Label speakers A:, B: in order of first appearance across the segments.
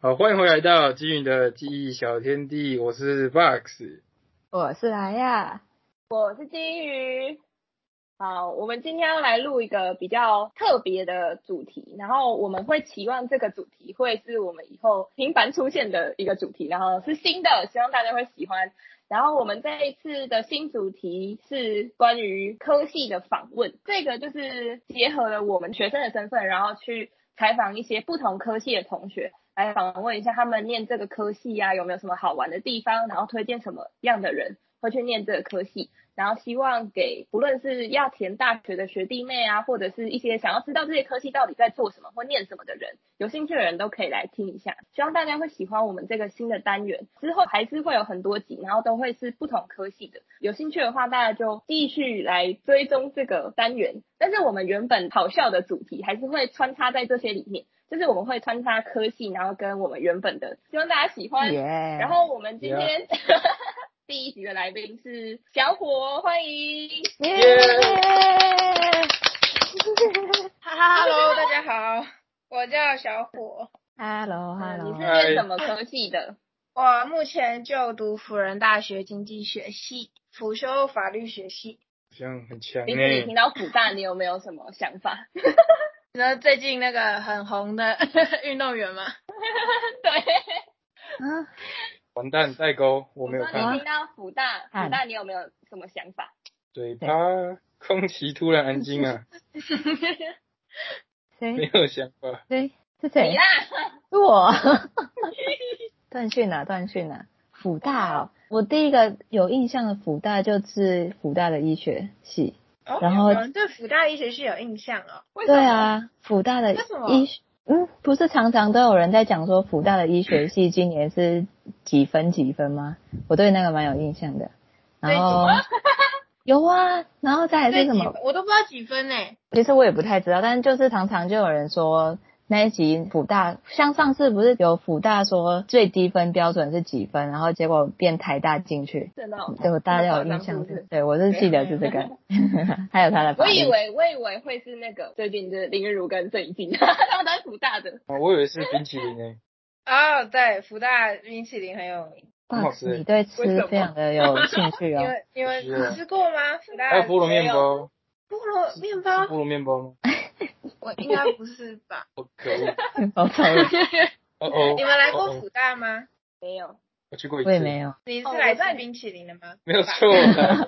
A: 好，欢迎回来到基云的记忆小天地，我是 Box。
B: 我是莱亚，
C: 我是金鱼。好，我们今天要来录一个比较特别的主题，然后我们会期望这个主题会是我们以后频繁出现的一个主题，然后是新的，希望大家会喜欢。然后我们这一次的新主题是关于科系的访问，这个就是结合了我们学生的身份，然后去采访一些不同科系的同学，来访问一下他们念这个科系啊，有没有什么好玩的地方，然后推荐什么样的人会去念这个科系，然后希望给不论是要填大学的学弟妹啊，或者是一些想要知道这些科系到底在做什么或念什么的人，有兴趣的人都可以来听一下，希望大家会喜欢我们这个新的单元。之后还是会有很多集，然后都会是不同科系的。有兴趣的话，大家就继续来追踪这个单元。但是我们原本好笑的主题还是会穿插在这些里面，就是我们会穿插科系，然后跟我们原本的，希望大家喜欢。
B: 耶！
C: 然后我们今天 第一集的来宾是小火，欢迎。
B: 耶，
D: Hello，大家好，我叫小虎，
B: ，Hello
C: 嗯你是
B: 哦 Hello，
C: 念什么科系的？
D: 我目前就读辅仁大学经济学系，辅修法律学系。
A: 好像很强欸
C: 林子，哎你
A: 诶
C: 听、到辅大，你有没有什么想法？
D: 那最近那个很红的 运动员嘛，
C: 对，
B: 嗯
A: 完蛋，代沟，我
C: 我
A: 没有
C: 说你
A: 看。
C: 听到辅大，
B: 看
C: 辅大你有没有什么想法？
A: 嘴巴，空气突然安静啊，没
B: 啊谁
A: 有想法。
B: 谁是
C: 你
B: 谁？
C: 啦，
B: 是 我，断讯啊，断讯啊，辅大哦，我第一个有印象的辅大就是辅大的医学系，
D: 哦
B: 然后
D: 有人对福大医学系有印象哦。
C: 为什
B: 对
C: 么？
B: 啊，辅大的
D: 为什么
B: 医学，嗯，不是常常都有人在讲说辅大的医学系今年是几分几分吗？我对那个蛮有印象的。然后 有啊，然后再来是
D: 对
B: 什
D: 几
B: 么？
D: 我都不知道几分呢、
B: 其实我也不太知道，但是就是常常就有人说那一集辅大，像上次不是有辅大说最低分标准是几分，然后结果变台大进去，
C: 真的 哦、
B: 对我大家有印
C: 这么
B: 象
C: 夸张是不是
B: 对我是记得是这个，还有他的法
C: 我
B: 律。
C: 以为我以为会是那个最近就是林月如跟郑怡静，他们都是辅 大的。
A: 哦我以为是冰淇淋欸诶、
D: 哦，对，福大冰淇淋很有名，
B: 哇
A: 很好吃
B: 你对
C: 为什
B: 吃
C: 么
B: 非常的有兴趣
D: 你
B: 哦。
D: 们你们
A: 是啊
D: 吃过吗？福大
A: 还有菠萝面
D: 有，
A: 包，
D: 菠萝面
A: 是
D: 包，
A: 菠萝面包吗？
D: 我应该不是吧？
A: 哦，可恶，
B: 好丑了，
A: 哦哦，
D: 你们来
A: 哦
D: 过
A: 哦
D: 福大吗？
C: 没有，
A: 我去过一次，
B: 我也没有。
D: 你是
C: 哦
D: 来
C: 我在
D: 吃冰淇淋的吗？
A: 没有错啊。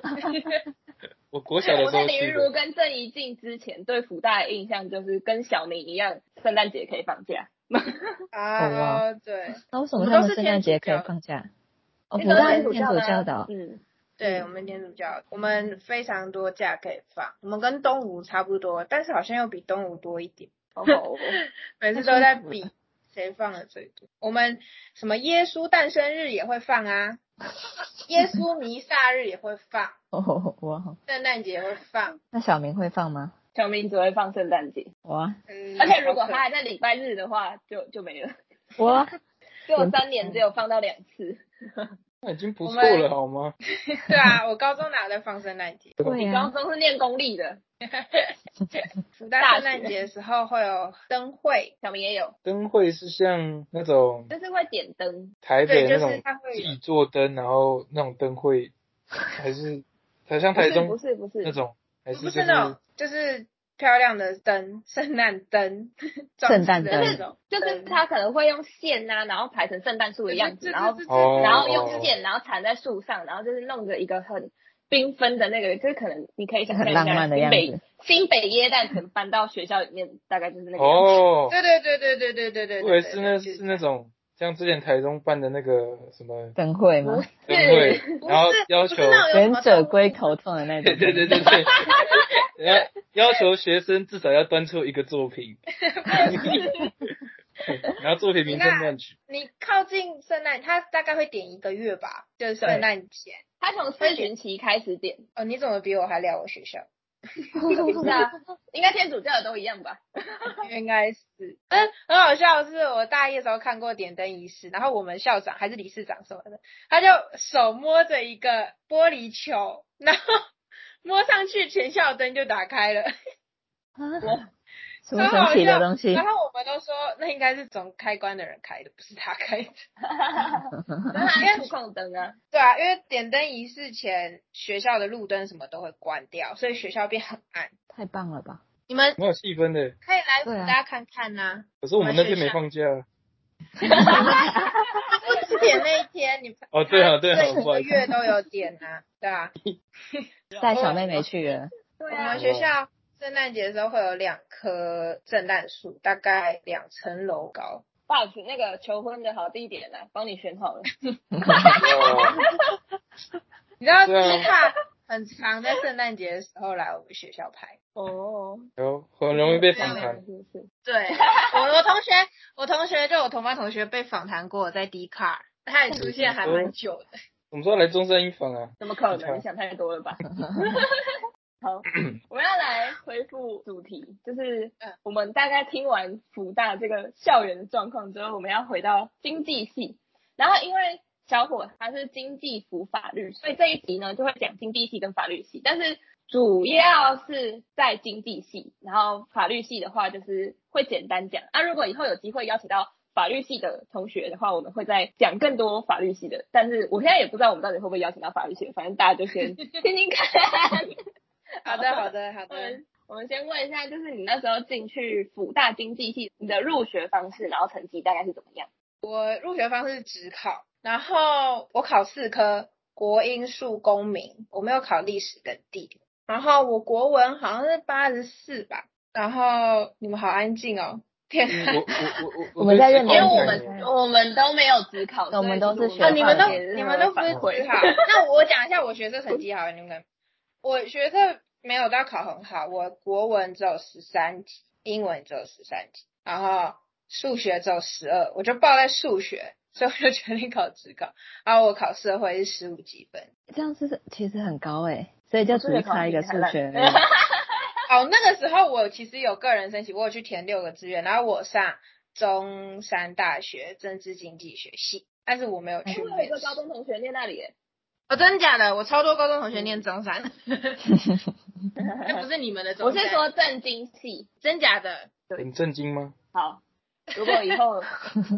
A: 我国小的
C: 我
A: 时
C: 在
A: 候
C: 林
A: 去
C: 月如
A: 的，
C: 跟郑怡静之前对辅大的印象就是跟小明一样，圣诞节可以放假。哦
D: 啊，对，
B: 那为什么
D: 我们
B: 他
D: 都
B: 们
D: 是
B: 圣诞
D: 天主
B: 节可以
D: 教
B: 放假？哦，
C: 你
B: 辅
C: 怎么
B: 大
C: 天
B: 是
C: 主
B: 天
C: 教
B: 主
C: 呢
B: 教的哦。
C: 嗯，
D: 对我们天主教，我们非常多假可以放，我们跟东吴差不多，但是好像又比东吴多一点，
C: 好好哦。
D: 每次都在比谁放的最多。我们什么耶稣诞生日也会 放啊，耶稣弥撒日也会放，
B: 哦，哇，
D: 圣诞节也会放，
B: 那小明会放吗？
C: 小明只会放圣诞节，
B: 哇，
D: 嗯，
C: 而且如果
D: 好可
C: 他还在礼拜日的话，就就没了。
B: 我
C: 所以我三年只有放到两次，
A: 那已经不
D: 我
A: 错
D: 们
A: 了，好吗？
D: 对啊，我高中哪有在放圣诞节？
B: 对啊
C: 你高
B: 呀，
C: 中是念公立的，
D: 福大圣诞节的时候会有灯会，
C: 小明也有，
A: 灯会是像那种
C: 就是会点灯，
A: 台北那
D: 对，就
A: 种
D: 是他会
A: 自
D: 有
A: 己做灯，然后那种灯会，还是 才像
C: 不
A: 台
C: 是不
A: 中
C: 是不
A: 那
C: 是，
A: 种，还
D: 不
A: 是
D: 是
A: 就
D: 那
A: 是
D: 种，就是漂亮的灯，圣诞灯，
B: 圣诞
D: 装饰的那
B: 灯
D: 种，
C: 就是
D: 灯
C: 他可能会用线呐、然后排成圣诞树的样子，
D: 对
C: 然后
D: 对对
A: 哦
D: 对
C: 然后
A: 哦
C: 用线，然后缠在树上，然后就是弄着一个很缤纷的那个，就是可能你可以想象一
B: 很
C: 下
B: 浪漫的
C: 新
B: 样
C: 北
B: 子。
C: 新北耶诞城搬到学校里面，大概就是那个样子。
A: 哦，
D: 对对对对对对对对，
A: 我以为是那
D: 对
A: 是那种像之前台中办的那个什么
B: 灯会吗
C: 不？
A: 灯会
C: 是，
A: 然后
D: 不是
A: 要
D: 不
A: 求
D: 是那种有什
B: 忍
D: 么
B: 者龟头痛的那
A: 对。
B: 种
A: 对对对对， 要要求学生至少要端出一个作 品， 然后作品名称乱取，
D: 你靠近圣诞，它大概会点一个月吧，就是圣诞前。
C: 他从四旬期开始点，
D: 哦，你怎么比我还了我学校？
C: 不是啊，应该天主教的都一样吧？
D: 应该是，嗯，很好笑的是，我大一的时候看过点灯仪式，然后我们校长还是理事长什么的，他就手摸着一个玻璃球，然后摸上去，全校灯就打开了。
B: 啊
C: 我
B: 什么神奇的东西
D: 然？后我们都说那应该是总开关的人开的，不是他开的。
C: 那还触控灯啊，
D: 对啊，因为点灯仪式前，学校的路灯什么都会关掉，所以学校变很暗。
B: 太棒了吧！
D: 你们
A: 蛮有气氛的。
D: 可以来辅
B: 对啊
D: 大看看呐、
A: 可是我们那天没放假。
D: 不止点那一天，你
A: 哦，啊对啊，对啊，
D: 这一
A: 不好
D: 个
A: 意思。
D: 月都有点啊，对啊。
A: 哦
B: 带小妹妹去了，
C: 对
D: 我
C: 啊
D: 们，学校圣诞节的时候会有两棵圣诞树，大概两层楼高。
C: 爸子那个求婚的好地点啊，帮你选好了。
A: 哦
D: 你知道吉
A: 对啊
D: 他很常在圣诞节的时候来我们学校拍。
C: 哦，
A: 有很容易被
D: 访
A: 反弹。
C: 是不是？
D: 对，我我同学，我同学就我同班同学被访谈过，在 D 卡，他也出现还蛮久的。
A: 我们说来中山一访啊，
C: 怎么可能？
A: 看
C: 你想太多 了吧？好，我要来恢复主题，就是
D: 嗯
C: 我们大概听完福大这个校园的状况之后，我们要回到经济系。然后因为小伙他是经济辅法律，所以这一集呢就会讲经济系跟法律系，但是主要是在经济系，然后法律系的话就是会简单讲。那、如果以后有机会邀请到法律系的同学的话，我们会再讲更多法律系的。但是我现在也不知道我们到底会不会邀请到法律系的，反正大家就先听听看。
D: 好的，好的，好
C: 我
D: 的。
C: 们我们先问一下，就是你那时候进去辅大经济系，你的入学方式，然后成绩大概是怎么样？
D: 我入学方式是只考，然后我考四科：国英数公民，我没有考历史跟地理。然后我国文好像是八十四吧。然后你们好安静哦，天啊！
A: 我我我我
B: 我们在认
A: 因
B: 真
C: 因为我
B: 因为我
C: 们
B: 们
C: 我们都没有只考，
B: 哦我们都是学
D: 哦，
B: 啊
D: 你们都
B: 放学
D: 你们都不是
C: 会
D: 只考，那我讲一下我学测成绩好了，你们可能我学测没有到考很好，我国文只有十三题，英文只有十三题，然后数学只有十二，我就报在数学，所以我就决定考职考，然后我考社会是十五积分，
B: 这样是其实很高哎，所以就只差一个数学而已。
D: 哦，那个时候我其实有个人申请，我有去填六个志愿，然后我上中山大学政治经济学系，但是我没有去
C: 啊哦我
D: 面试。
C: 有一个高中同学念那里耶，
D: 哦，真的假的？我超多高中同学念中山，那不是你们的中
C: 我
D: 山，
C: 是说正经系。
D: 真假的。
A: 很震惊吗？
C: 好，如果以后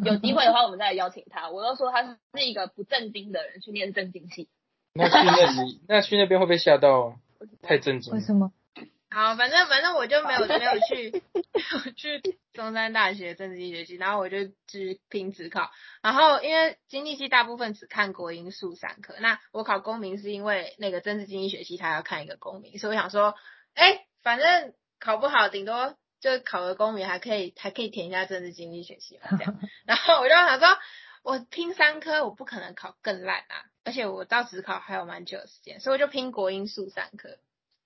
C: 有机会的话，我们再来邀请他。我都说他是一个不正经的人去念正经系，
A: 那去那里，那去那边会被吓到啊，太震惊
B: 为
A: 了。
B: 什么？
D: 好，反正反正我就没有没有去 没有去中山大学政治经济学系，然后我就只拼只考，然后因为经济系大部分只看国英数三科，那我考公民是因为那个政治经济学系他要看一个公民，所以我想说，哎，反正考不好顶多就考个公民，还可以还可以填一下政治经济学系嘛这样，然后我就想说，我拼三科，我不可能考更烂啊，而且我到职考还有蛮久的时间，所以我就拼国英数三科。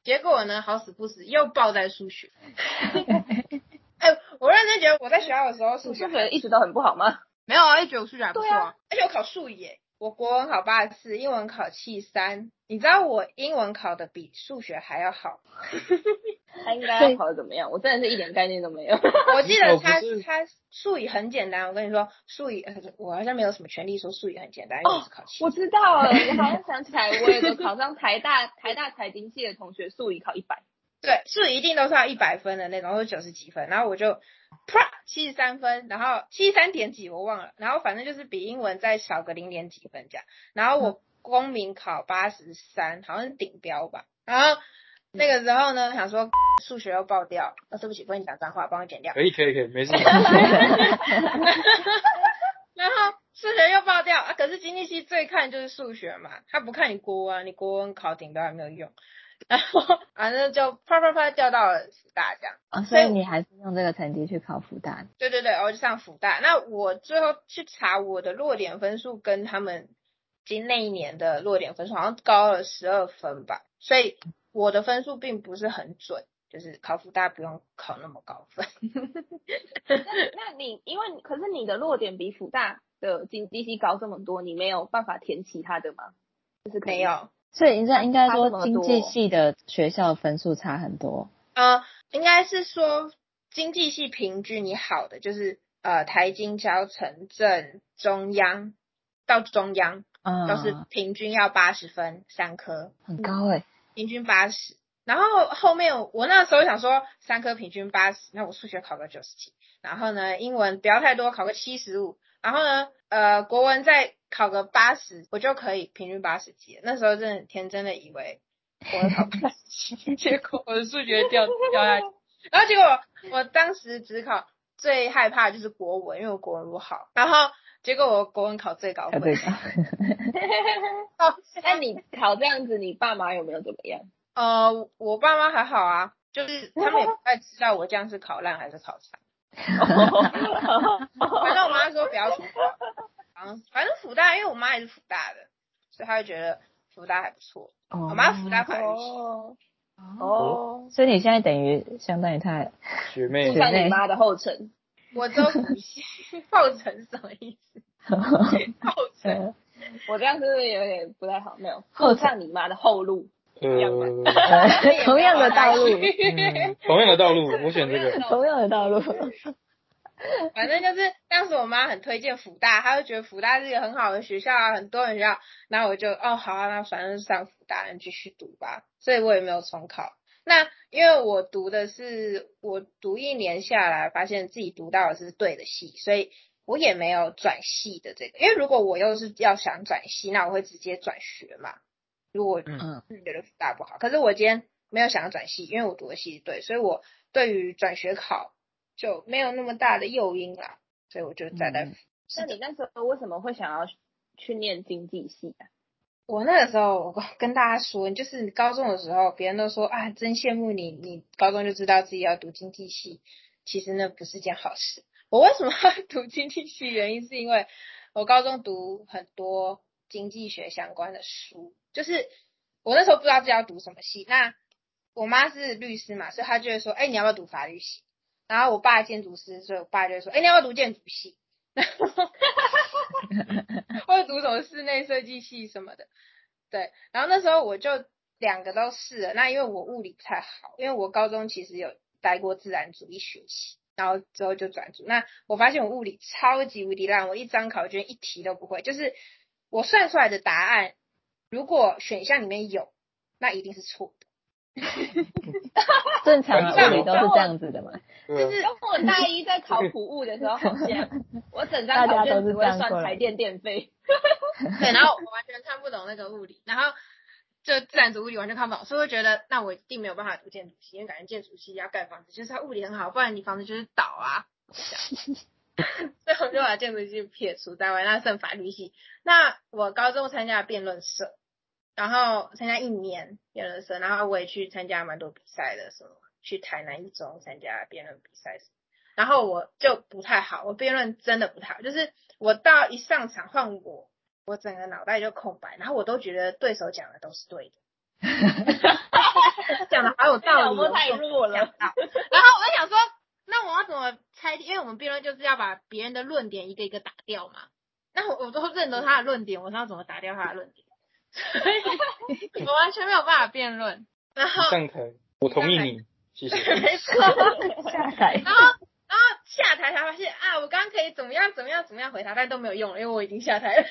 D: 结果呢，好死不死又爆在数学。 哎、我认真觉得我在学校的时候数
C: 你
D: 学
C: 数
D: 还
C: 学一直都很不好吗？
D: 没有啊，一直觉得我数学还不错、
C: 对啊
D: 而且我考数耶，我国文考八四，英文考七三，你知道我英文考的比数学还要好。
C: 他应该要考的怎么样？我真的是一点概念都没有。
D: 我记得
A: 哦我不
D: 他
A: 是
D: 他数理很简单，我跟你说数理，呃我好像没有什么权利说数理很简单，因为我只考 七。
C: 我知道了，我好像想起来，我有个考上台大台大财经系的同学，数理考一百，
D: 对，数理一定都是要一百分的那种，都是九十几分，然后我就啪七十三分，然后七十三点几我忘了，然后反正就是比英文再少个零点几分这样，然后我公民考八十三，好像是顶标吧，然后那个时候呢，想说数学又爆掉，哦，对不起，不能讲脏话，帮我剪掉
A: 可，以可以可以，没事。
D: 然后数学又爆掉啊！可是经济系最看就是数学嘛，他不看你国文啊，你国文考顶都还没有用。然后反正就啪啪啪掉到了福大这样。
B: 哦，所以你还是用这个成绩去考复旦，
D: 对对对，我就上福大。那我最后去查我的落点分数跟他们今那一年的落点分数好像高了十二分吧，所以我的分数并不是很准，就是考福大不用考那么高分。
C: 那你因为你可是你的落点比辅大的经济系高这么多，你没有办法填其他的吗？就是可以
D: 没有，
B: 所以应该应该
C: 差这么
B: 说
C: 多
B: 经济系的学校分数差很多。
D: 呃，应该是说经济系平均你好的就是呃台经交城镇中央到中央
B: 嗯，
D: 都是平均要八十分三科，
A: 嗯
B: 很高哎、
D: 平均八十。然后后面我那时候想说三科平均八十，那我数学考个九十几，然后呢英文不要太多，考个七十五，然后呢呃国文再考个八十，我就可以平均八十几了。那时候真的天真的以为我会考八十几，结果我的数学掉掉下去，然后结果我当时只考最害怕的就是国文，因为我国文不好，然后结果我国文考最高
B: 考
D: 分
B: 最， 高。
D: 哦，
C: 那你考这样子，你爸妈有没有怎么 样？
D: 呃，我爸妈还好啊，就是他们也不太知道我这样是考烂还是考 差。
C: 哦
D: 反正我妈说不要出国，然后反正福大，因为我妈也是福大的，所以她就觉得福大还不错。
B: 哦
D: 我妈福大法律系，
C: 哦
A: 哦
C: 哦，
B: 所以你现在等于相当于他
A: 学
C: 就
A: 妹，
C: 像你妈的后尘。
D: 我都不信，报成什么意思？报成
B: 呃
C: 我这样是不是有点不太好？没有，
B: 后
C: 后
B: 尘
C: 上你妈的后路，
A: 呃，
C: 样吧
B: 啊
A: 嗯
B: 呃同样的
D: 啊
B: 道 路，
A: 啊同样的道路，我选这个。
B: 同样的道路。
D: 反正就是当时我妈很推荐福大，她就觉得福大是一个很好的学校啊，很多人学校。然后我就哦好啊，那反正就上福大，你继续读吧。所以我也没有重考。那因为我读的是我读一年下来，发现自己读到的是对的系，所以我也没有转系的这个。因为如果我又是要想转系，那我会直接转学嘛。如果
B: 嗯，
D: 觉得福大不好，可是我今天没有想要转系，因为我读的系是对，所以我对于转学考就没有那么大的诱因啦，所以我就再来。
B: 嗯
C: 那你那时候为什么会想要去念经济系啊？
D: 我那个时候我跟大家说，就是你高中的时候，别人都说啊，真羡慕你，你高中就知道自己要读经济系，其实那不是件好事。我为什么要 读经济系？原因是因为我高中读很多经济学相关的书，就是我那时候不知道自己要读什么系。那我妈是律师嘛，所以她就会说，哎、你要不要读法律系？然后我爸建筑师，所以我爸就会说，哎、你要不要读建筑系？ 或者读什么室内设计系什么的。对，然后那时候我就两个都试了。那因为我物理不太好，因为我高中其实有待过自然组一学期，然后之后就转组。那我发现我物理超级无敌烂，我一张考卷一题都不会。就是我算出来的答案，如果选项里面有，那一定是错的。
B: 正常啊，
A: 反
B: 物
A: 正
B: 理都是这样子的嘛。
A: 对啊
D: 就是
C: 跟我大一在考普物的时候好 像，我整
B: 大
C: 张
B: 家
C: 考卷
B: 都是
C: 只
B: 这
C: 会
B: 样过
C: 算
B: 来
C: 台电电费。
D: 对，然后我完全看不懂那个物理，然后就自然组物理完全看不懂，所以我觉得那我一定没有办法读建筑系，因为感觉建筑系要盖房子，就是它物理很好，不然你房子就是倒啊。这样所以我就把建筑系撇除在外，那剩法律系。那我高中参加辩论社，然后参加一年辩论社，然后我也去参加蛮多比赛的，什么去台南一中参加辩论比赛什么。然后我就不太好，我辩论真的不太好，就是我到一上场换我，我整个脑袋就空白，然后我都觉得对手讲的都是对的， 他讲的好有道理，哦
C: 脑波太
D: 我都
C: 弱了
D: 想到然后我就想说，那我要怎么拆解？因为我们辩论就是要把别人的论点一个一个打掉嘛。那我我都认得他的论点，我知道怎么打掉他的论点，所以 我完全没有办法辩论。然后
A: 上台，我同意你，谢谢。
D: 没错，
B: 下台
D: 然后然后下台才发现啊，我刚刚可以怎么样怎么样怎么样回答，但都没有用了，因为我已经下台 了。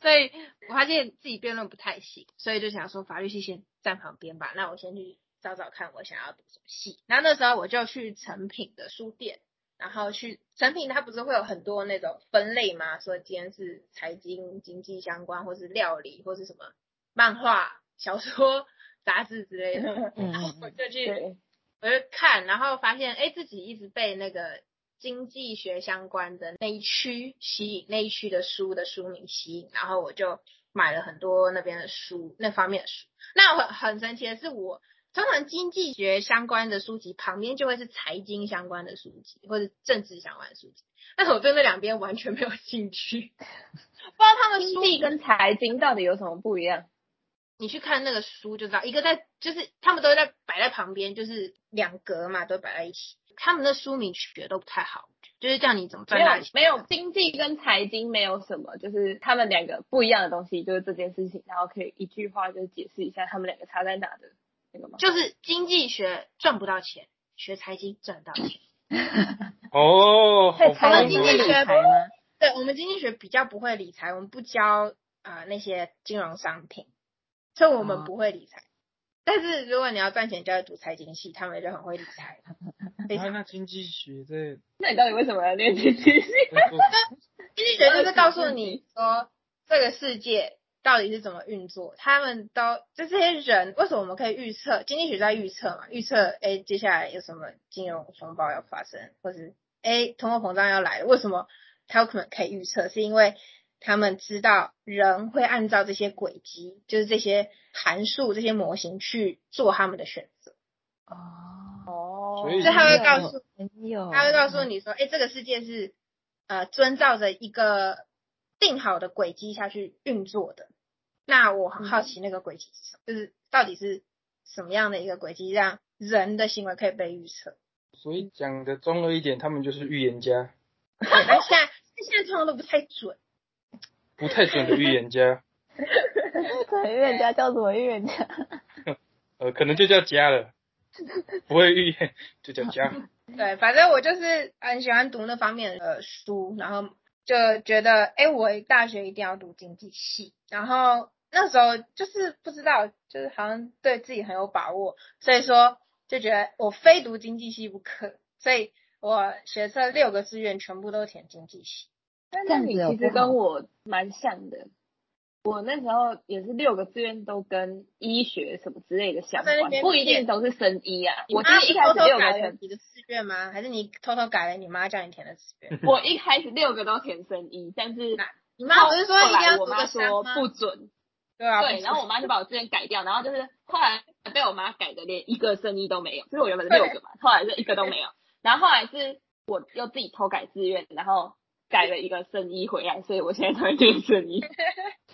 D: 所以我发现自己辩论不太行，所以就想说法律系先站旁边吧。那我先去找找看我想要读什么系。然后那时候我就去成品的书店，然后去成品它不是会有很多那种分类吗？说今天是财经、经济相关，或是料理，或是什么漫画、小说、杂志之类的。
B: 嗯
D: 然后
B: 嗯
D: 我就 去
C: 对，
D: 我就看，然后发现，哎，自己一直被那个经济学相关的那一区吸引，那一区的书的书名吸引，然后我就买了很多那边的书，那方面的书。那很很神奇的是我，通常经济学相关的书籍旁边就会是财经相关的书籍或者政治相关的书籍，但是我对那两边完全没有兴趣，不知道他们
C: 经
D: 书
C: 济跟财经到底有什么不一样？
D: 你去看那个书就知道，一个在就是他们都在摆在旁边，就是两格嘛，都摆在一起。他们的书名取得都不太好，就是叫你怎么
C: 没
D: 赚
C: 有
D: 大钱。
C: 没有，经济跟财经没有什么，就是他们两个不一样的东西，就是这件事情，然后可以一句话就解释一下他们两个差在哪的那个吗？
D: 就是经济学赚不到钱，学财经赚到钱。
A: 哦，
B: 在
A: 好棒
B: 财
D: 们
B: 经
D: 经
A: 哦
D: 济
B: 理
D: 学
B: 财吗？
D: 对我们经济学比较不会理
C: 哦
D: 财，我们不教啊、呃那些金融商品，所以我们不会理财。但是如果你要赚钱，就要读财经系，他们就很会理财。 非
A: 啊，
D: 常
A: 那经济学这
C: 那你到底为什么要练经济系？
D: 经济学就是告诉你说这个世界到底是怎么运作，他们都就这些人为什么我们可以预测？经济学在预测嘛，预测哎接下来有什么金融风暴要发生，或是哎通货膨胀要来了，为什么他有可能可以预测？是因为他们知道人会按照这些轨迹，就是这些函数、这些模型去做他们的选择，
B: 哦，
C: 哦
A: 所以
D: 所以他会告诉
B: 很有，
D: 他会告诉你说，哎、这个世界是呃遵照着一个定好的轨迹下去运作的。那我很好奇那个轨迹是什么，就是到底是什么样的一个轨迹让人的行为可以被预测？
A: 所以讲的中二一点，他们就是预言家，
D: 对那现在现在通常都不太准，
A: 不太准的预言家，
B: 对，预言家叫什么预言家？
A: 呃，可能就叫家了，不会预言就叫家。
D: 对，反正我就是很喜欢读那方面的书，然后就觉得，哎，我大学一定要读经济系。然后那时候就是不知道，就是好像对自己很有把握，所以说就觉得我非读经济系不可。所以我学测六个志愿全部都填经济系。
C: 但
B: 这
C: 是
B: 样
C: 你
B: 子有
C: 其实
B: 不好
C: 跟我蛮像的。我那时候也是六个志愿都跟医学什么之类的相
D: 在那
C: 关
D: 边，
C: 不一
D: 念
C: 定都是生医啊。
D: 你
C: 我
D: 妈
C: 其实一开
D: 偷
C: 始
D: 偷
C: 六
D: 改
C: 个
D: 了
C: 全，
D: 你的志愿吗？还是你偷偷改了你妈叫你填的志 愿？
C: 我一开始六个都填生医，但是
D: 那你妈
C: 后
D: 不是说一
C: 后
D: 定
C: 来
D: 要
C: 我
D: 读
C: 妈
D: 个三
C: 说
D: 吗？
C: 不准，
D: 对啊，
C: 对，
D: 不
C: 然后我妈就把我志愿改掉，然后就是后来被我妈改的连一个生意都没有，就是我原本是六个嘛，后来是一个都没有，然后后来是我又自己偷改志愿，然后改了一个生医回来，所以我现在才会念生医。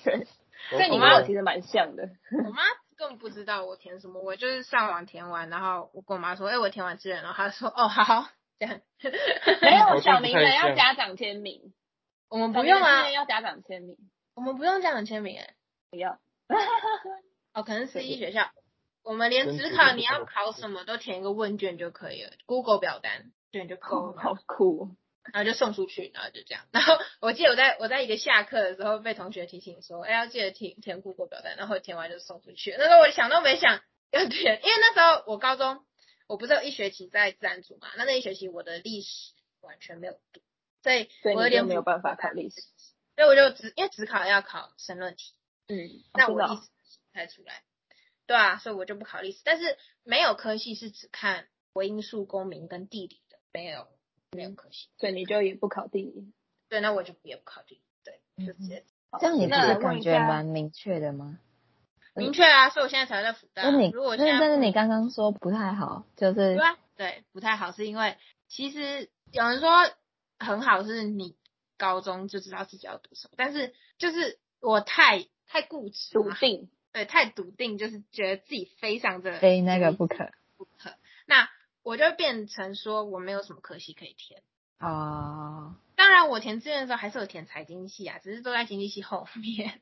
C: 对，所以你妈我其实蛮像的。
D: 我妈根本不知道我填什么，我就是上网填完，然后我跟我妈说，哎、我填完志愿了，然后她说，哦，好，这样，
C: 没有
A: 好像
C: 小
A: 不
C: 明
A: 太
C: 的要
A: 像
C: 家长签名，
D: 我们
C: 小
D: 不
C: 明的
D: 用啊
C: 志愿，要家长签名，
D: 我们不用家长签名、哎，
C: 不要。
D: 哦，可能是一学校，我们连
A: 真
D: 职
A: 是
D: 考
A: 不
D: 你
A: 知道
D: 要考什么都填一个问卷就可以了，Google 表单。对，你就勾，然
C: 好
D: 后
C: 酷哦，
D: 然后就送出去，然后就这样。然后我记得我在我在一个下课的时候被同学提醒说，哎，要记得填填 Google 表单，然后填完就送出去。那时候我想都没想要填，因为那时候我高中我不是有一学期在自然组嘛，那那一学期我的历史完全没有读，所以
C: 所以
D: 我有
C: 你就
D: 点
C: 没有
D: 补
C: 办法考历史。
D: 所以我就只因为只考要考申论题，
C: 嗯，
D: 那
C: 哦
D: 我
C: 真的
D: 历
C: 哦
D: 史才出来，对啊，所以我就不考历史。但是没有科系是只看国英数、公民跟地理的，没有没
C: 嗯
D: 有科系。
C: 所以你就也不考地理。
D: 对，那我就也不考虑，对，就
B: 嗯
D: 直接
B: 这样你不
C: 那
B: 是
C: 来问
B: 感
C: 一
B: 觉
C: 下
B: 蛮明确的吗？
D: 明确啊，所以我现在才在福大。
B: 嗯那你，
D: 如果我现
B: 那但
D: 在
B: 是你刚刚说不太好，就
D: 对
B: 是
D: 啊，对不太好，是因为其实有人说很好，是你高中就知道自己要读什么，但是就是我太太固执
C: 笃
D: 嘛，
C: 定，
D: 对，太笃定，就是觉得自己非上这
B: 非那个不可
D: 不可。那我就变成说我没有什么可惜可以填。
B: 哦。
D: 当然，我填志愿的时候还是有填财经系啊，只是都在经济系后面。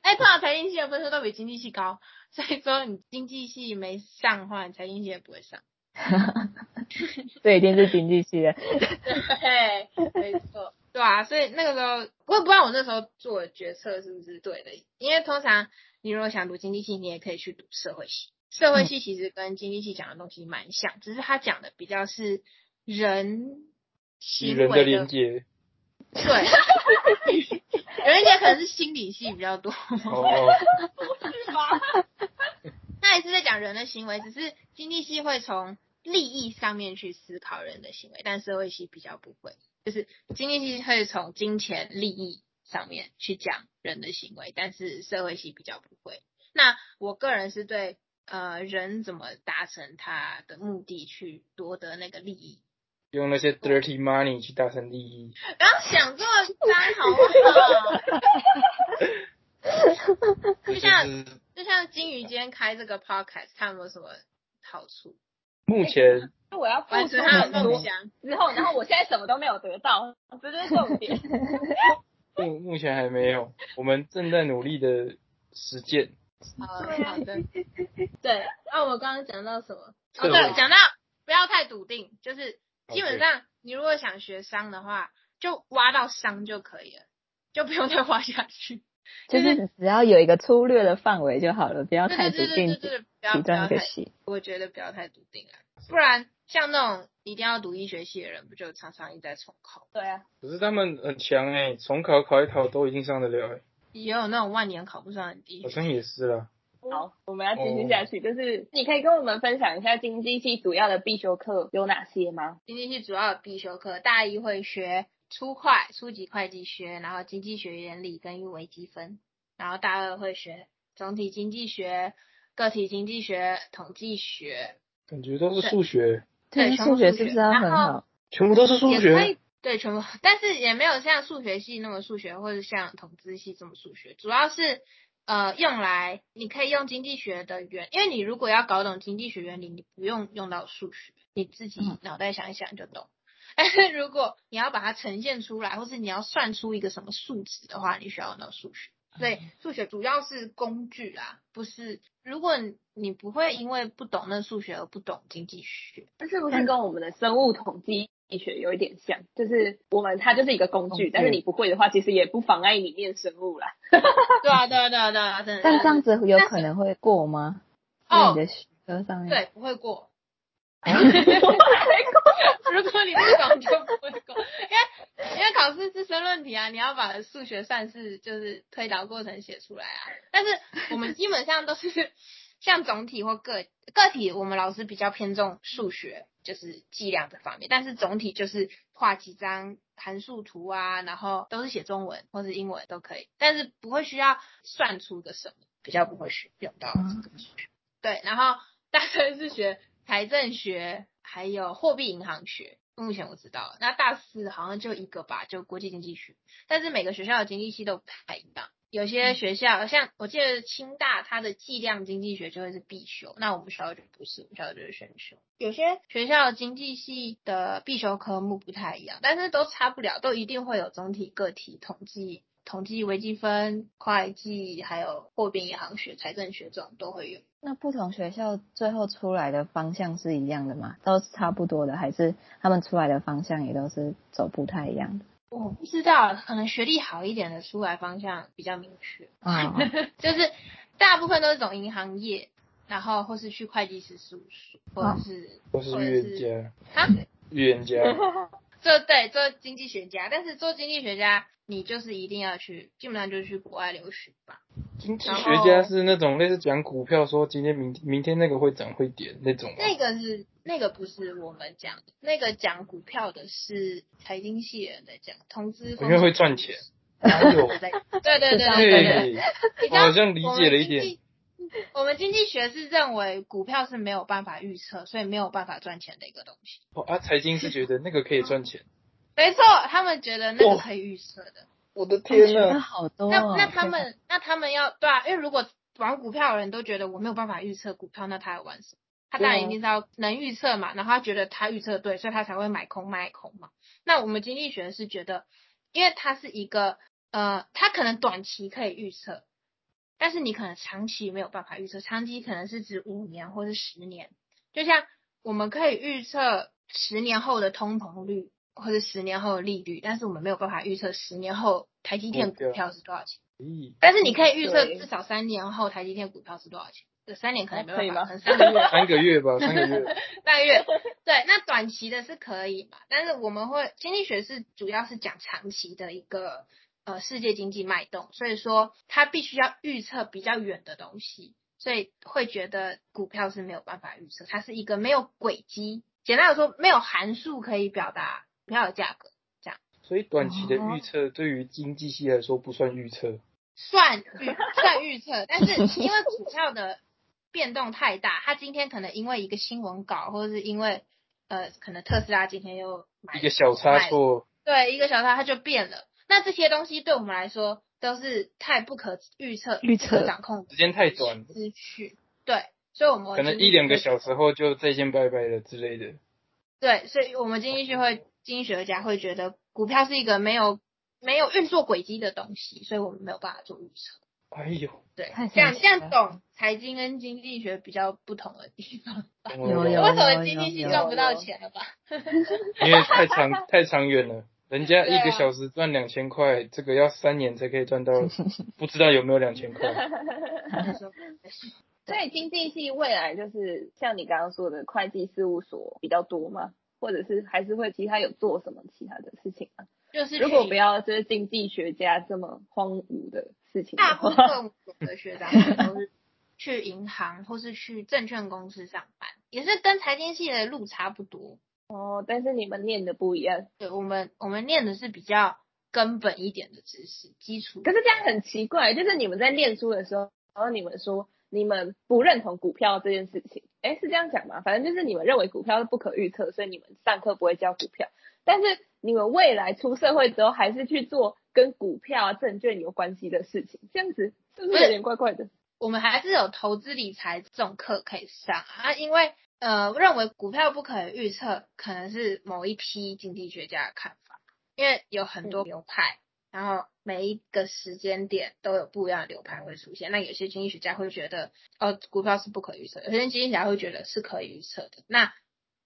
D: 哎，通常财经系的分数都比经济系高，所以说你经济系没上的话，你财经系也不会上。
B: 这一定是经济系的，
D: 对，没错，对啊，所以那个时候我也不知道我那时候做的决策是不是对的，因为通常你如果想读经济系，你也可以去读社会系。社会系其实跟经济系讲的东西蛮像，只是他讲的比较是人
A: 与
D: 行
A: 人的
D: 为
A: 连 接。
D: 对，人家可能是心理系比较多，
A: 哦哦，
C: 是吧？
D: 那也是在讲人的行为，只是经济系会从利益上面去思考人的行为，但社会系比较不会，就是经济系会从金钱利益上面去讲人的行为，但是社会系比较不会。那我个人是对呃人怎么达成他的目的去夺得那个利益，
A: 用那些 dirty money 去达成利益。
D: 不要想这么脏好不好？
A: 这就
D: 像
A: 是
D: 就像金鱼今天开这个 podcast，看有没有什么好处，
A: 目前
C: 那我要付
D: 完
C: 出
D: 成他的
C: 很
D: 梦
C: 多
D: 想。
C: 之后，然后我现在什么都没有得到，这就是重点。
A: 目嗯目前还没有，我们正在努力的实践。
D: 好
C: 对啊
D: 好的，对。那、我们刚刚讲到什么？哦，
A: 策略
D: 对，讲到不要太笃定，就是基本上你如果想学商的话，就挖到商就可以了，就不用再挖下去。
B: 就是只要有一个粗略的范围就好了，不要
D: 对对
B: 太笃
D: 对对
B: 定
D: 对对，不要
B: 其
D: 不
B: 中
D: 要
B: 一
D: 太
B: 个，系。
D: 我觉得不要太笃定了，不然像那种一定要读医学系的人，不就常常一直在重考？
C: 对啊，
A: 可是他们很强哎、重考考一考都一定上得了哎、
D: 也有那种万年考不上的医
A: 好
D: 学
A: 像也是啦。
C: 好，我们要继续下去，就是你可以跟我们分享一下经济系主要的必修课有哪些吗？
D: 经济系主要有必修课，大一会学初会、初级会计学，然后经济学原理跟微积分，然后大二会学总体经济学、个体经济学、统计学，
A: 感觉都是数学，
D: 对
B: 对，
D: 全部
B: 数
D: 数学
B: 学是不是要很
D: 然后
B: 好？
A: 全部都是数
D: 也可
A: 学
D: 以。对全部，但是也没有像数学系那么数学，或者像统计系这么数学，主要是。呃，用来你可以用经济学的原，因为你如果要搞懂经济学原理，你不用用到数学，你自己
B: 嗯
D: 脑袋想一想就懂。 但是如果你要把它呈现出来，或是你要算出一个什么数值的话，你需要用到数学。所以数学主要是工具啦，不是。如果你你不会因为不懂那数学而不懂经济学，
C: 这是不是跟我们的生物统计学有一点像？就是我们它就是一个工
B: 工
C: 具，
B: 具
C: 但是你不会的话，其实也不妨碍你念生物啦。
D: 对啊，对啊，对啊，对啊，真的。
B: 但这样子有可能会过吗？在
D: 哦
B: 你的学科上面，哎
D: 对，不会过。 如果你不懂就不会过，因为因为考试是申论题啊，你要把数学算式就是推导过程写出来啊。但是我们基本上都是像总体或个个体，我们老师比较偏重数学，就是计量这方面，但是总体就是画几张函数图啊，然后都是写中文或是英文都可以，但是不会需要算出个什么，比较不会需用到这个数学。对，然后大三是学财政学，还有货币银行学。目前我知道，那大四好像就一个吧，就国际经济学。但是每个学校的经济系都不太一样，有些学校像我记得清大，它的计量经济学就会是必修，那我们学校就不是，我们学校就是选修。有些学校的经济系的必修科目不太一样，但是都差不了，都一定会有总体、个体、统计、统计、微积分、会计，还有货币银行学、财政学这种都会有。
B: 那不同学校最后出来的方向是一样的吗？都是差不多的，还是他们出来的方向也都是走不太一样的？
D: 我不知道，可能学历好一点的出来方向比较明确，
B: 啊、
D: 就是大部分都是走银行业，然后或是去会计师事务所，或者是
A: 都是预言家，
D: 啊，
A: 预言家。
D: 做对做经济学家，但是做经济学家你就是一定要去，基本上就是去国外留学吧。
A: 经济学家是那种类似讲股票，说今天明明天那个会涨会跌那种吗？啊
D: 那个是那个不是我们讲的，那个讲股票的是财经系人在讲，投资
A: 因为会赚钱。哪有？
D: 在对对对对对对。
A: 嘿，
D: 比较
A: 我好像理解了一点。
D: 我们经济学是认为股票是没有办法预测，所以没有办法赚钱的一个东西。
A: 哦啊，财经是觉得那个可以赚钱。
D: 没错，他们觉得那个可以预测的。
A: 我的
B: 天哪，！好多、
D: 那
B: 哦。
D: 那他们那他们要对啊，因为如果玩股票的人都觉得我没有办法预测股票，那他还玩什么？他当然一定是要能预测嘛，然后他觉得他预测对，所以他才会买空卖空嘛。那我们经济学是觉得，因为它是一个呃，它可能短期可以预测，但是你可能长期没有办法预测，长期可能是指五年或是十年。就像我们可以预测十年后的通膨率或者十年后的利率，但是我们没有办法预测十年后台积电
A: 股票
D: 股票是多少钱。
A: 咦，
D: 但是你可以预测
C: 对
D: 至少三年后台积电股票是多少钱。这三年可能没
C: 可以
D: 办
C: 吗
D: 法，可能三个
A: 三个
D: 月、
A: 月 吧，三个月。
D: 半月。对，那短期的是可以嘛？但是我们会经济学是主要是讲长期的一个呃世界经济脉动，所以说它必须要预测比较远的东西，所以会觉得股票是没有办法预测，它是一个没有轨迹，简单来说没有函数可以表达股票的价格，
A: 所以短期的预测对于经济系来说不算预测。
D: 算预算预测，但是因为股票的变动太大，它今天可能因为一个新闻稿，或者是因为呃，可能特斯拉今天又买
C: 哎
A: 一个小差错，
D: 对，一个小时它就变了。那这些东西对我们来说都是太不可预测、
B: 预测
D: 不可掌控的
A: 时间太短，
D: 资讯，对，所以我
C: 哦
D: 们
A: 可能一两个小时后就再见拜拜了之类的。
D: 对，所以我们经济学会经济学家会觉得股票是一个没有没有运作轨迹的东西，所以我们没有办法做预测。
A: 哎呦，
D: 对
B: 太，
D: 这样
B: 神
D: 这
B: 奇了
D: 样懂财经跟经济学比较不同的地方。
A: 懂
C: 哎
B: 有
A: 了
B: 有
D: 为什么经济系赚不到钱了吧？
A: 因为太长太长远了。人家一
C: 对
A: 个
C: 啊
A: 小时赚两千块，这个要三年才可以赚 到，不知道有没有两千块。
C: 所以经济系未来就是像你刚刚说的会计事务所比较多吗？或者是还是会其他有做什么其他的事情吗？
D: 就是
C: 如果
D: 去
C: 不要就是经济学家这么荒芜的事情的
D: 大部
C: 话，
D: 分我的学长姐都是去银行或是去证券公司上班，也是跟财经系的路差不多。
C: 哦，但是你们念的不一样，
D: 对我们，我们念的是比较根本一点的知识，基础。
C: 可是这样很奇怪，就是你们在念书的时候，然后你们说你们不认同股票这件事情，哎，是这样讲吗？反正就是你们认为股票是不可预测，所以你们上课不会教股票，但是你们未来出社会之后，还是去做跟股票、啊、证券有关系的事情，这样子是不是有点怪怪的？
D: 我们还是有投资理财这种课可以上啊，因为呃，认为股票不可预测，可能是某一批经济学家的看法，因为有很多流派，然后每一个时间点都有不一样的流派会出现。那有些经济学家会觉得，哦，股票是不可预测；有些经济学家会觉得是可以预测的。那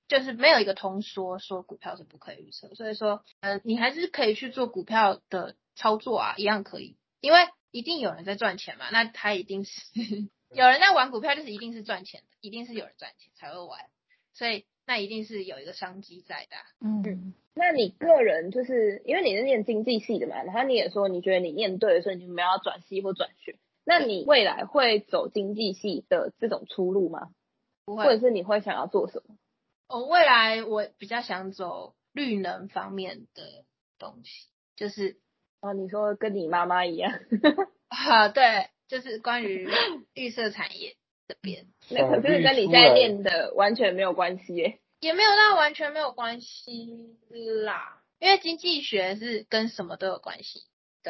D: 就是没有一个通说说股票是不可以预测，所以说，呃，你还是可以去做股票的操作啊，一样可以。因为一定有人在赚钱嘛，那他一 定是有人在玩股票，就是一定是赚钱的，一定是有人赚钱才会玩，所以那一定是有一个商机在的啊、
B: 嗯，
C: 那你个人就是因为你是念经济系的嘛，然后你也说你觉得你念对了，所以你们要转系或转学。那你未来会走经济系的这种出路吗？
D: 不
C: 或者
D: 会，
C: 是你会想要做什么？
D: 我未来我比较想走绿能方面的东西，就是
C: 哦，你说跟你妈妈一样，
D: 啊、对，就是关于绿色产业这边，
C: 那
A: 法
C: 可是
A: 律
C: 跟你
A: 出
C: 现在
A: 来
C: 念的完全没有关系耶。
D: 也没有到完全没有关系啦，因为经济学是跟什么都有关系，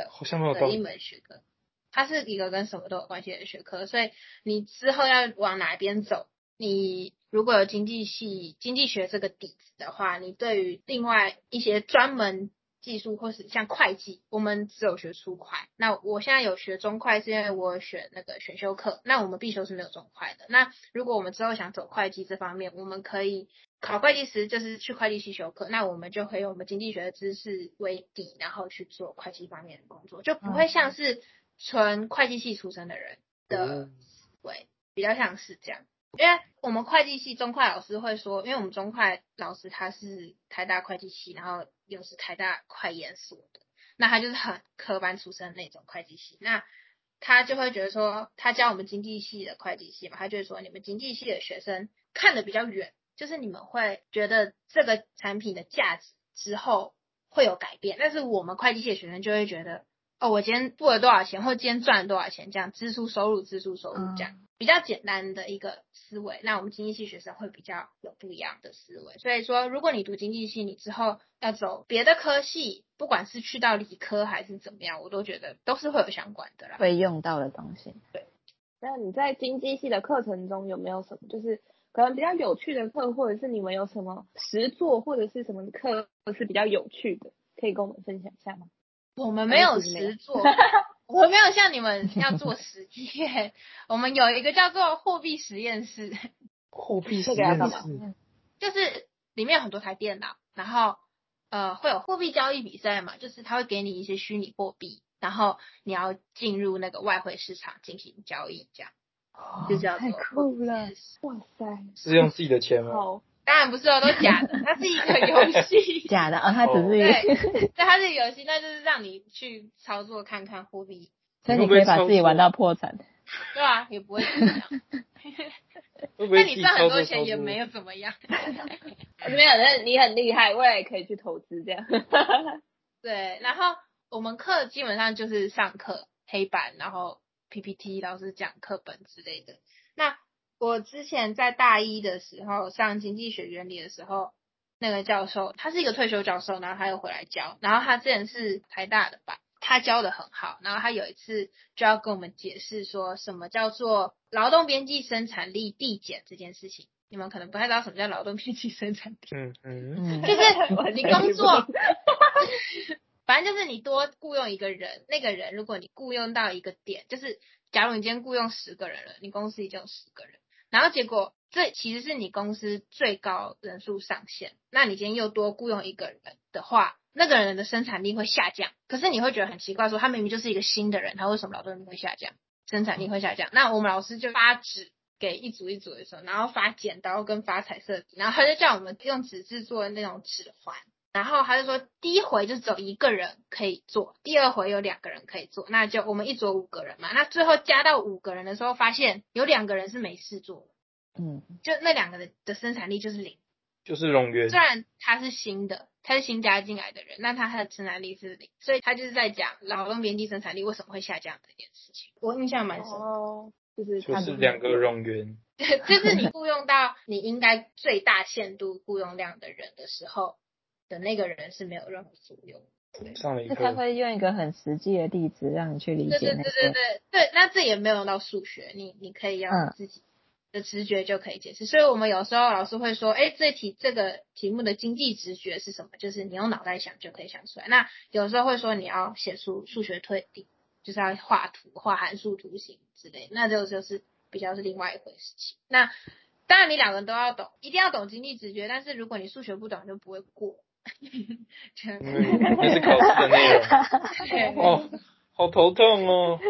A: 好像没有道
D: 的一
A: 理。
D: 门学科，它是一个跟什么都有关系的学科，所以你之后要往哪边走，你如果有经济系、经济学这个底子的话，你对于另外一些专门技术或是像会计，我们只有学初会，那我现在有学中会，是因为我有选那个选修课，那我们必修是没有中会的。那如果我们之后想走会计这方面，我们可以考会计师就是去会计系修课，那我们就会用我们经济学的知识为底，然后去做会计方面的工作，就不会像是纯会计系出身的人的
A: 嗯
D: 思维，比较像是这样。因为我们会计系中会老师会说，因为我们中会老师他是台大会计系，然后又是台大会研所的，那他就是很科班出身那种会计系，那他就会觉得说，他教我们经济系的会计系嘛，他就会说你们经济系的学生看的比较远，就是你们会觉得这个产品的价值之后会有改变，但是我们会计系的学生就会觉得，哦，我今天付了多少钱，或今天赚了多少钱，这样支出收入支出收入这样。比较简单的一个思维，那我们经济系学生会比较有不一样的思维。所以说，如果你读经济系，你之后要走别的科系，不管是去到理科还是怎么样，我都觉得都是会有相关的啦。
B: 会用到的东西。
C: 那你在经济系的课程中有没有什么就是可能比较有趣的课，或者是你们有什么实作或者是什么课是比较有趣的，可以跟我们分享一下吗？
D: 我们没有实做，我们没有像你们要做实验， 我们有一个叫做货币实验室，
A: 货币实
C: 这个要
A: 验
C: 干嘛
A: 室，
D: 就是里面有很多台电脑，然后呃会有货币交易比赛嘛，就是他会给你一些虚拟货币，然后你要进入那个外汇市场进行交易，这样就叫做
B: 太酷了！
A: 嗯
C: 哇塞，
A: 是用自己的钱吗？
C: 好，
D: 当然不是哦，都假的，它是一个游 戏。
B: 假的啊，它只是一
D: 哦对
B: 个，，
D: 对，它是游戏，那就是让你去操作看看货币，
B: 所以你可以把自己玩到破产。
D: 对啊，也不会怎么样。
A: 会不
D: 那
A: 会
D: 你
A: 自己
D: 赚很
A: 操
D: 多
A: 作
D: 钱
A: 操
D: 也
A: 作？
D: 没有怎么样。
C: 没有，那你很厉害，未来可以去投资这样。
D: 对，然后我们课基本上就是上课黑板，然后 PPT 老师讲课本之类的。那我之前在大一的时候上经济学原理的时候，那个教授他是一个退休教授，然后他又回来教，然后他之前是台大的吧，他教的很好，然后他有一次就要跟我们解释说什么叫做劳动边际生产力递减这件事情。你们可能不太知道什么叫劳动边际生产力。
A: 嗯嗯，
B: 嗯，
D: 就是你工作
C: 完全听不懂，
D: 反正就是你多雇佣一个人，那个人如果你雇佣到一个点，就是假如你今天雇佣十个人了，你公司已经有十个人，然后结果这其实是你公司最高人数上限，那你今天又多雇佣一个人的话，那个人的生产力会下降。可是你会觉得很奇怪说，他明明就是一个新的人，他为什么劳动力会下降，生产力会下降？那我们老师就发纸给一组一组的时候，然后发剪刀跟发彩色笔，然后他就叫我们用纸制作那种指环。然后他就说，第一回就只有一个人可以做，第二回有两个人可以做，那就我们一组有五个人嘛。那最后加到五个人的时候，发现有两个人是没事做的，
B: 嗯，
D: 就那两个人的生产力就是零。
A: 就是冗员
D: 虽，然他是新的，他是新加进来的人，那他他的生产力是零，所以他就是在讲劳动边际生产力为什么会下降这件事情。我印象蛮深刻，
C: 哦，就是
A: 就
C: 他
A: 是
C: 们
A: 两个冗员，
D: 就是你雇佣到你应该最大限度雇佣量的人的时候，的那个人是没有任何作用。
A: 上了一
B: 那他
A: 课，
B: 会用一个很实际的例子让你去理
D: 对对
B: 解那
D: 对对
B: 个。
D: 对对，那这也没有用到数学，你你可以要
B: 嗯
D: 自己的直觉就可以解释。所以我们有时候老师会说，哎，这题这个题目的经济直觉是什么？就是你用脑袋想就可以想出来。那有时候会说你要写出数学推理，就是要画图、画函数、图形之类，那这个就是比较是另外一回事情。那当然你两个人都要懂，一定要懂经济直觉，但是如果你数学不懂就不会过。 这样
A: 因为那是考试的内容。
D: 对
A: 哦，好头痛哦。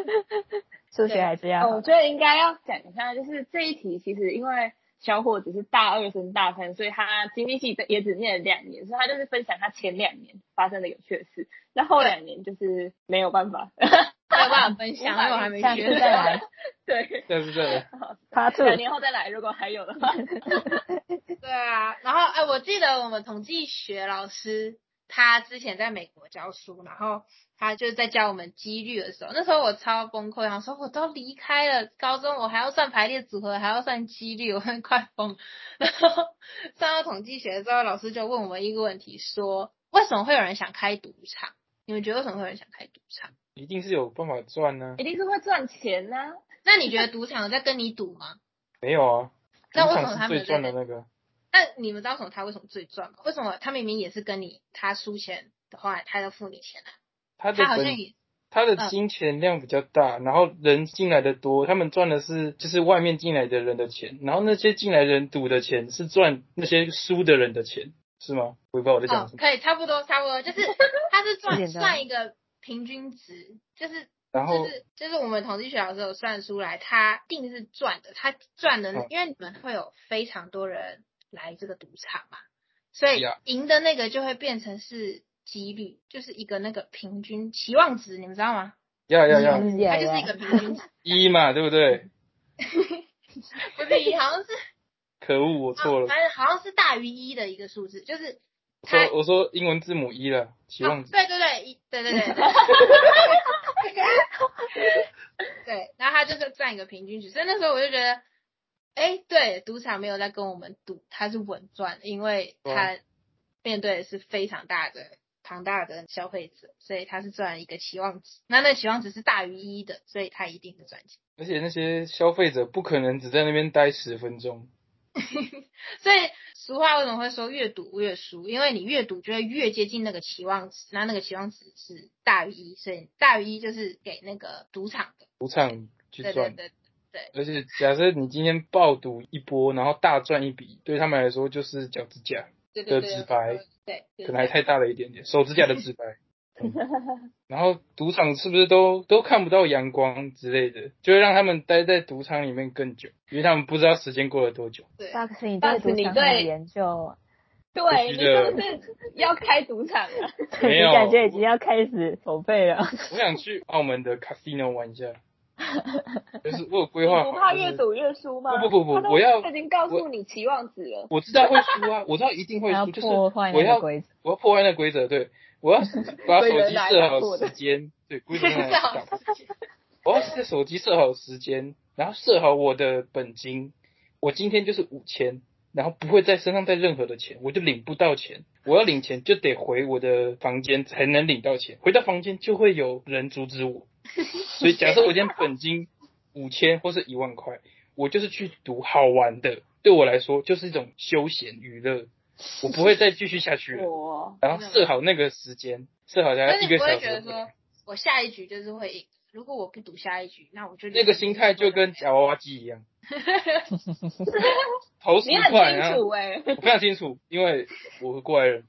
B: 数学还是要
C: 哦，
B: 好
C: 我觉得应该要讲一下，就是这一题其实因为小伙子是大二升大三，所以他经济系也只念了两年，所以他就是分享他前两年发生的有趣的事，那后两年就是没有办法，
D: 没有办法分享，因为我还没
B: 下次
D: 学。
B: 再来
C: 对，
A: 下次再来，
B: part two
C: 两。年后再来，如果还有的话，
D: 对啊，然后哎，我记得我们统计学老师他之前在美国教书，然后他就在教我们几率的时候，那时候我超崩溃，想说我都离开了高中，我还要算排列组合，还要算几率，我会快疯。然后上到统计学之后，老师就问我们一个问题，说为什么会有人想开赌场？你们觉得为什么会有人想开赌场？
A: 一定是有办法赚呢、
C: 一定是会赚钱呐、
D: 那你觉得赌场有在跟你赌吗？
A: 没有啊，赌
D: 那为什么
A: 场
D: 他
A: 是最
D: 们有在
A: 赚
D: 跟
A: 的那个，
D: 那你们知道为什么他为什么最赚吗？为什么他明明也是跟你他输钱的话，他要付你钱啊？
A: 他的
D: 他好像
A: 本
D: 也
A: 他的
D: 嗯
A: 金钱量比较大，然后人进来的多，他们赚的是就是外面进来的人的钱，然后那些进来人赌的钱是赚那些输的人的钱，是吗？我也不知道我在讲
D: 哦
A: 什，么。
D: 可以差不多差不多，就是 他是
B: 有
D: 算
B: 点多
D: 算一个平均值，就是
A: 然
D: 就
A: 后
D: 是就是我们统计学老师有算出来，他定是赚的，他赚的
A: 嗯，
D: 因为你们会有非常多人来这个赌场嘛，所以
A: Yeah
D: 赢的那个就会变成是几率，就是一个那个平均期望值，你们知道吗？
A: 要要要
B: 嗯
D: 它
B: 呀
D: 就是一个
B: 呀，
D: 平均值，
A: 一嘛，对不对？
D: 不是好像是。哦
A: 可恶， 我错了，
D: 反正好像是大于一的一个数字，就是
A: 我
D: 它
A: 说我说英文字母一了，期望
D: 哦，
A: 值。
D: 对对对，一对对对，对，然后它就是占一个平均值，所以那时候我就觉得，哎，对，赌场没有在跟我们赌，它是稳赚，因为它面对的是非常大的。庞大的消费者，所以它是赚一个期望值，那那期望值是大于一的，所以它一定是赚钱。
A: 而且那些消费者不可能只在那边待十分钟，
D: 所以俗话为什么会说越赌越输？因为你越赌就会越接近那个期望值，那那个期望值是大于一，所以大于一就是给那个赌场的。
A: 赌场去
D: 对
A: 赚。
D: 对对，
A: 而且假设你今天爆赌一波，然后大赚一笔，对他们来说就是脚趾甲，
D: 对
A: 的
D: 对对
A: 直白，
D: 对，对
A: 可能还太大了一点点，手指甲的直白。 嗯然后赌场是不是都都看不到阳光之类的，就会让他们待在赌场里面更久，因为他们不知道时间过了多久。
D: 对。
B: 大师，你
C: 大
B: 对
C: 使
B: 赌
C: 你
B: 场
C: 对
B: 很有研究，啊
C: 对，
A: 我
C: 你
A: 觉得
C: 是不是要开赌场啊？
A: 没有
B: 你感觉已经要开始筹备了。
A: 我想去澳门的 casino 玩一 下，就是我有规
C: 你
A: 划
C: 不怕
A: 好，就
C: 越
A: 是
C: 赌越输吗？
A: 不不不不
C: 他都
A: 我要
C: 他已经告诉你期望值了，
A: 我知道会输啊，我知道一定会
B: 还要
A: 输，就是
B: 破坏
A: 我
B: 那
A: 要
B: 个规则，
A: 我要破坏那个规则，对， 我要把手机设
C: 规则来打破
A: 好
C: 的
A: 时间，对，规则来
D: 最好
A: 打破。我要在手机设好时间，然后设好我的本金，我今天就是五千，然后不会在身上带任何的钱，我就领不到钱。我要领钱就得回我的房间才能领到钱，回到房间就会有人阻止我。所以假设我今天本金五千或是一万块，我就是去赌好玩的，对我来说就是一种休闲娱乐，我不会再继续下去了。
C: 我
A: 然后设好那个时间，设好大概
D: 但是
A: 一
D: 你
A: 个
D: 不
A: 小
D: 会觉得
A: 时。
D: 说我下一局就是会赢，如果我不赌下一局，那我就
A: 那个心态就跟夹娃娃机一 样，投十
C: 你很
A: 块，
C: 清
A: 然后
C: 楚哎、
A: 啊我非常清楚，因为我是过来人，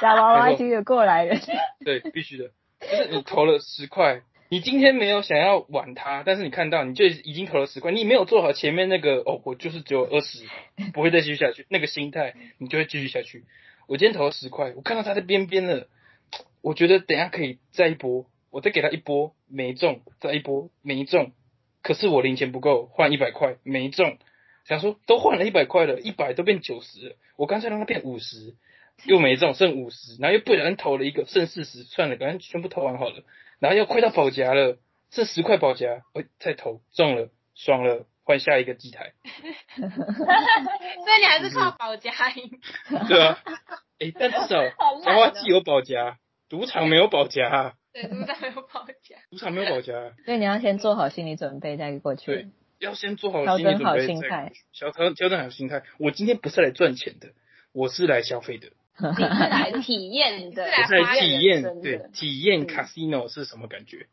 B: 夹娃娃机的过来 人，
A: 对，必须的。就是你投了十块，你今天没有想要玩它，但是你看到你就已经投了十块，你没有做好前面那个哦，我就是只有二十，不会再继续下去那个心态，你就会继续下去。我今天投了十块，我看到它在边边了，我觉得等一下可以再一波，我再给它一波，没中，再一波，没中。可是我零钱不够，换一百块没中，想说都换了一百块了，一百都变九十了，我干脆让它变五十，又没中，剩五十，然后又不小心投了一个，剩四十，算了，赶紧全部投完好了。然后要快到保夹了，剩十块保夹，我、再投中了，爽了，换下一个机台。
D: 所以你
A: 嗯
D: 还是靠保家赢。
A: 对 啊，哎、但至 少
C: 好
A: 娃
C: 烂
A: 娃
C: 哦
A: 机有保夹，赌场没有保夹啊，
D: 对，都在有保家。
A: 赌场没有保夹啊，
B: 所以你要先做好心理准备再过去
A: 对。要先做好
B: 调
A: 心理
B: 整好
A: 准备，
B: 心
A: 再
B: 态，
A: 小调调整好心态。我今天不是来赚钱的，我是来消费的。
C: 你是来体验的，
D: 是
A: 我
D: 来
A: 在体验，
C: 人生
A: 对
C: 的，
A: 体验
C: 嗯
A: casino 是什么感觉。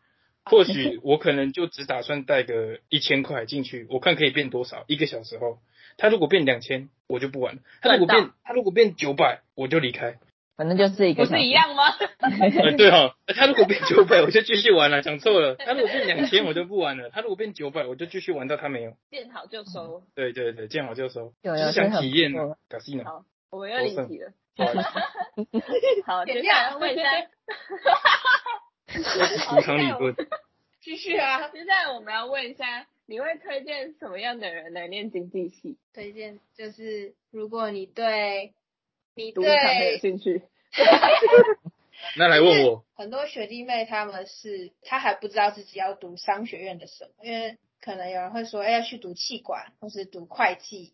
A: 或许我可能就只打算带个一千块进去，我看可以变多少。一个小时后，它如果变两千，我就不玩了；它如果
C: 赚
A: 变，它如果变九百，我就离开。
B: 反正就是一
C: 不
B: 个小
C: 是一
B: 时。
C: 样吗？
A: 呃，对哦，它如果变九百，我就继续玩了，讲错了。它如果变两千，我就不玩了；它如果变九百，我就继续玩到它没有。
C: 见好就收，
A: 对对对，见好就收，
B: 有
A: 只
B: 有
A: 是
B: 这
A: 想
B: 很
A: 体
B: 不
A: 验
B: 错
A: casino。
C: 好我们又离题了。
A: 不好意思
C: 好，
D: 剪
C: 接
D: 掉
C: 下 来问一下，
A: 这是赌场理论。
D: 继续啊，
C: 接下来我们要问一下，你会推荐什么样的人来念经济系？
D: 推荐就是如果你对你
C: 赌场很有
D: 对
C: 兴趣，
A: 那来问我，
D: 很多学弟妹他们是，他还不知道自己要读商学院的什么，因为可能有人会说，哎、要去读气管，或是读会计，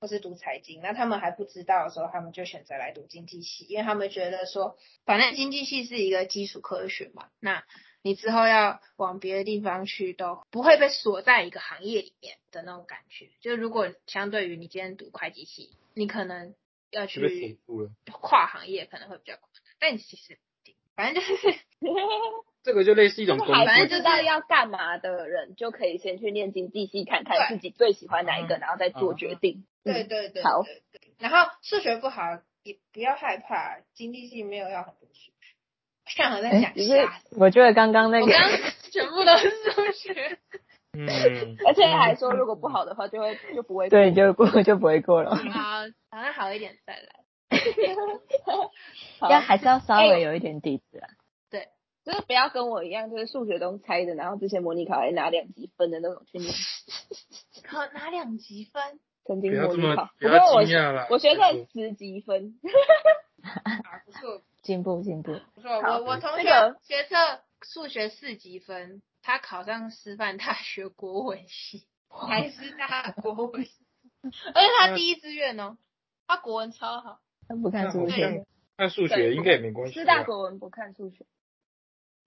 D: 或是读财经，那他们还不知道的时候，他们就选择来读经济系，因为他们觉得说，反正经济系是一个基础科学嘛，那你之后要往别的地方去，都不会被锁在一个行业里面的那种感觉。就如果相对于你今天读会计系，你可能要
A: 是被
D: 去
A: 锁住了。
D: 跨行业可能会比较困难，但其实不一定反正就是。
A: 这个就类似一种
C: 就
A: 工
C: 是
A: 作，
C: 还
D: 反
C: 不
D: 正
C: 知道要干嘛的人，就可以先去念经济系，看看
D: 对
C: 自己最喜欢哪一
A: 嗯
C: 个，然后再做决定。
D: 对
C: 嗯，
D: 对对，
C: 好
D: 对对。然后数学不好也不要害怕，经济系没有要很多数学。我想我在
B: 哎，
D: 想
B: 只
D: 吓
B: 是
D: 死，
B: 我觉得刚刚那
D: 我
B: 个
D: 刚 刚全部都是数学。
A: 嗯，
C: 而且还说如果不好的话，就会就不会
B: 对就过 就不会过了。
D: 好，好像好一点再来。
C: 好
B: 要还是要稍
C: 哎
B: 微有一点底子啊。
C: 就是不要跟我一样，就是数学都猜的，然后之前模拟考还拿两级分的那种去念，
D: 考拿两级分，
C: 曾
A: 不
C: 经
A: 要
C: 模
A: 这
C: 拟
A: 么
C: 考。
A: 不
C: 不
A: 要
C: 过我
A: 惊讶啦。
C: 我学
A: 没
C: 测
A: 错
C: 十级分，
D: 啊，不错
B: 进步进步，
D: 不错。
C: 好
D: 我我同学
C: 那个
D: 学测数学四级分，他考上师范大学国文系，还是大国文系， 而且
C: 嗯
D: 他第一志愿哦，他国文超好。
B: 他不看
A: 那
B: 书
A: 好
D: 哎
B: 学
A: 像看数学应该也没关系啊。
C: 师大国文不看数学。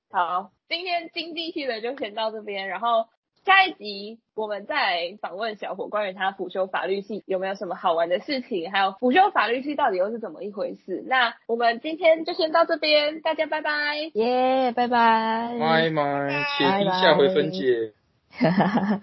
C: 好，今天经济系的就先到这边，然后下一集我们再来访问小火关于他辅修法律系有没有什么好玩的事情，还有辅修法律系到底又是怎么一回事。那我们今天就先到这边，大家拜拜。
B: 耶，拜拜，
C: 嗯
A: 麦麦，且听
B: 拜拜
A: 下回分解。
B: 哈哈哈。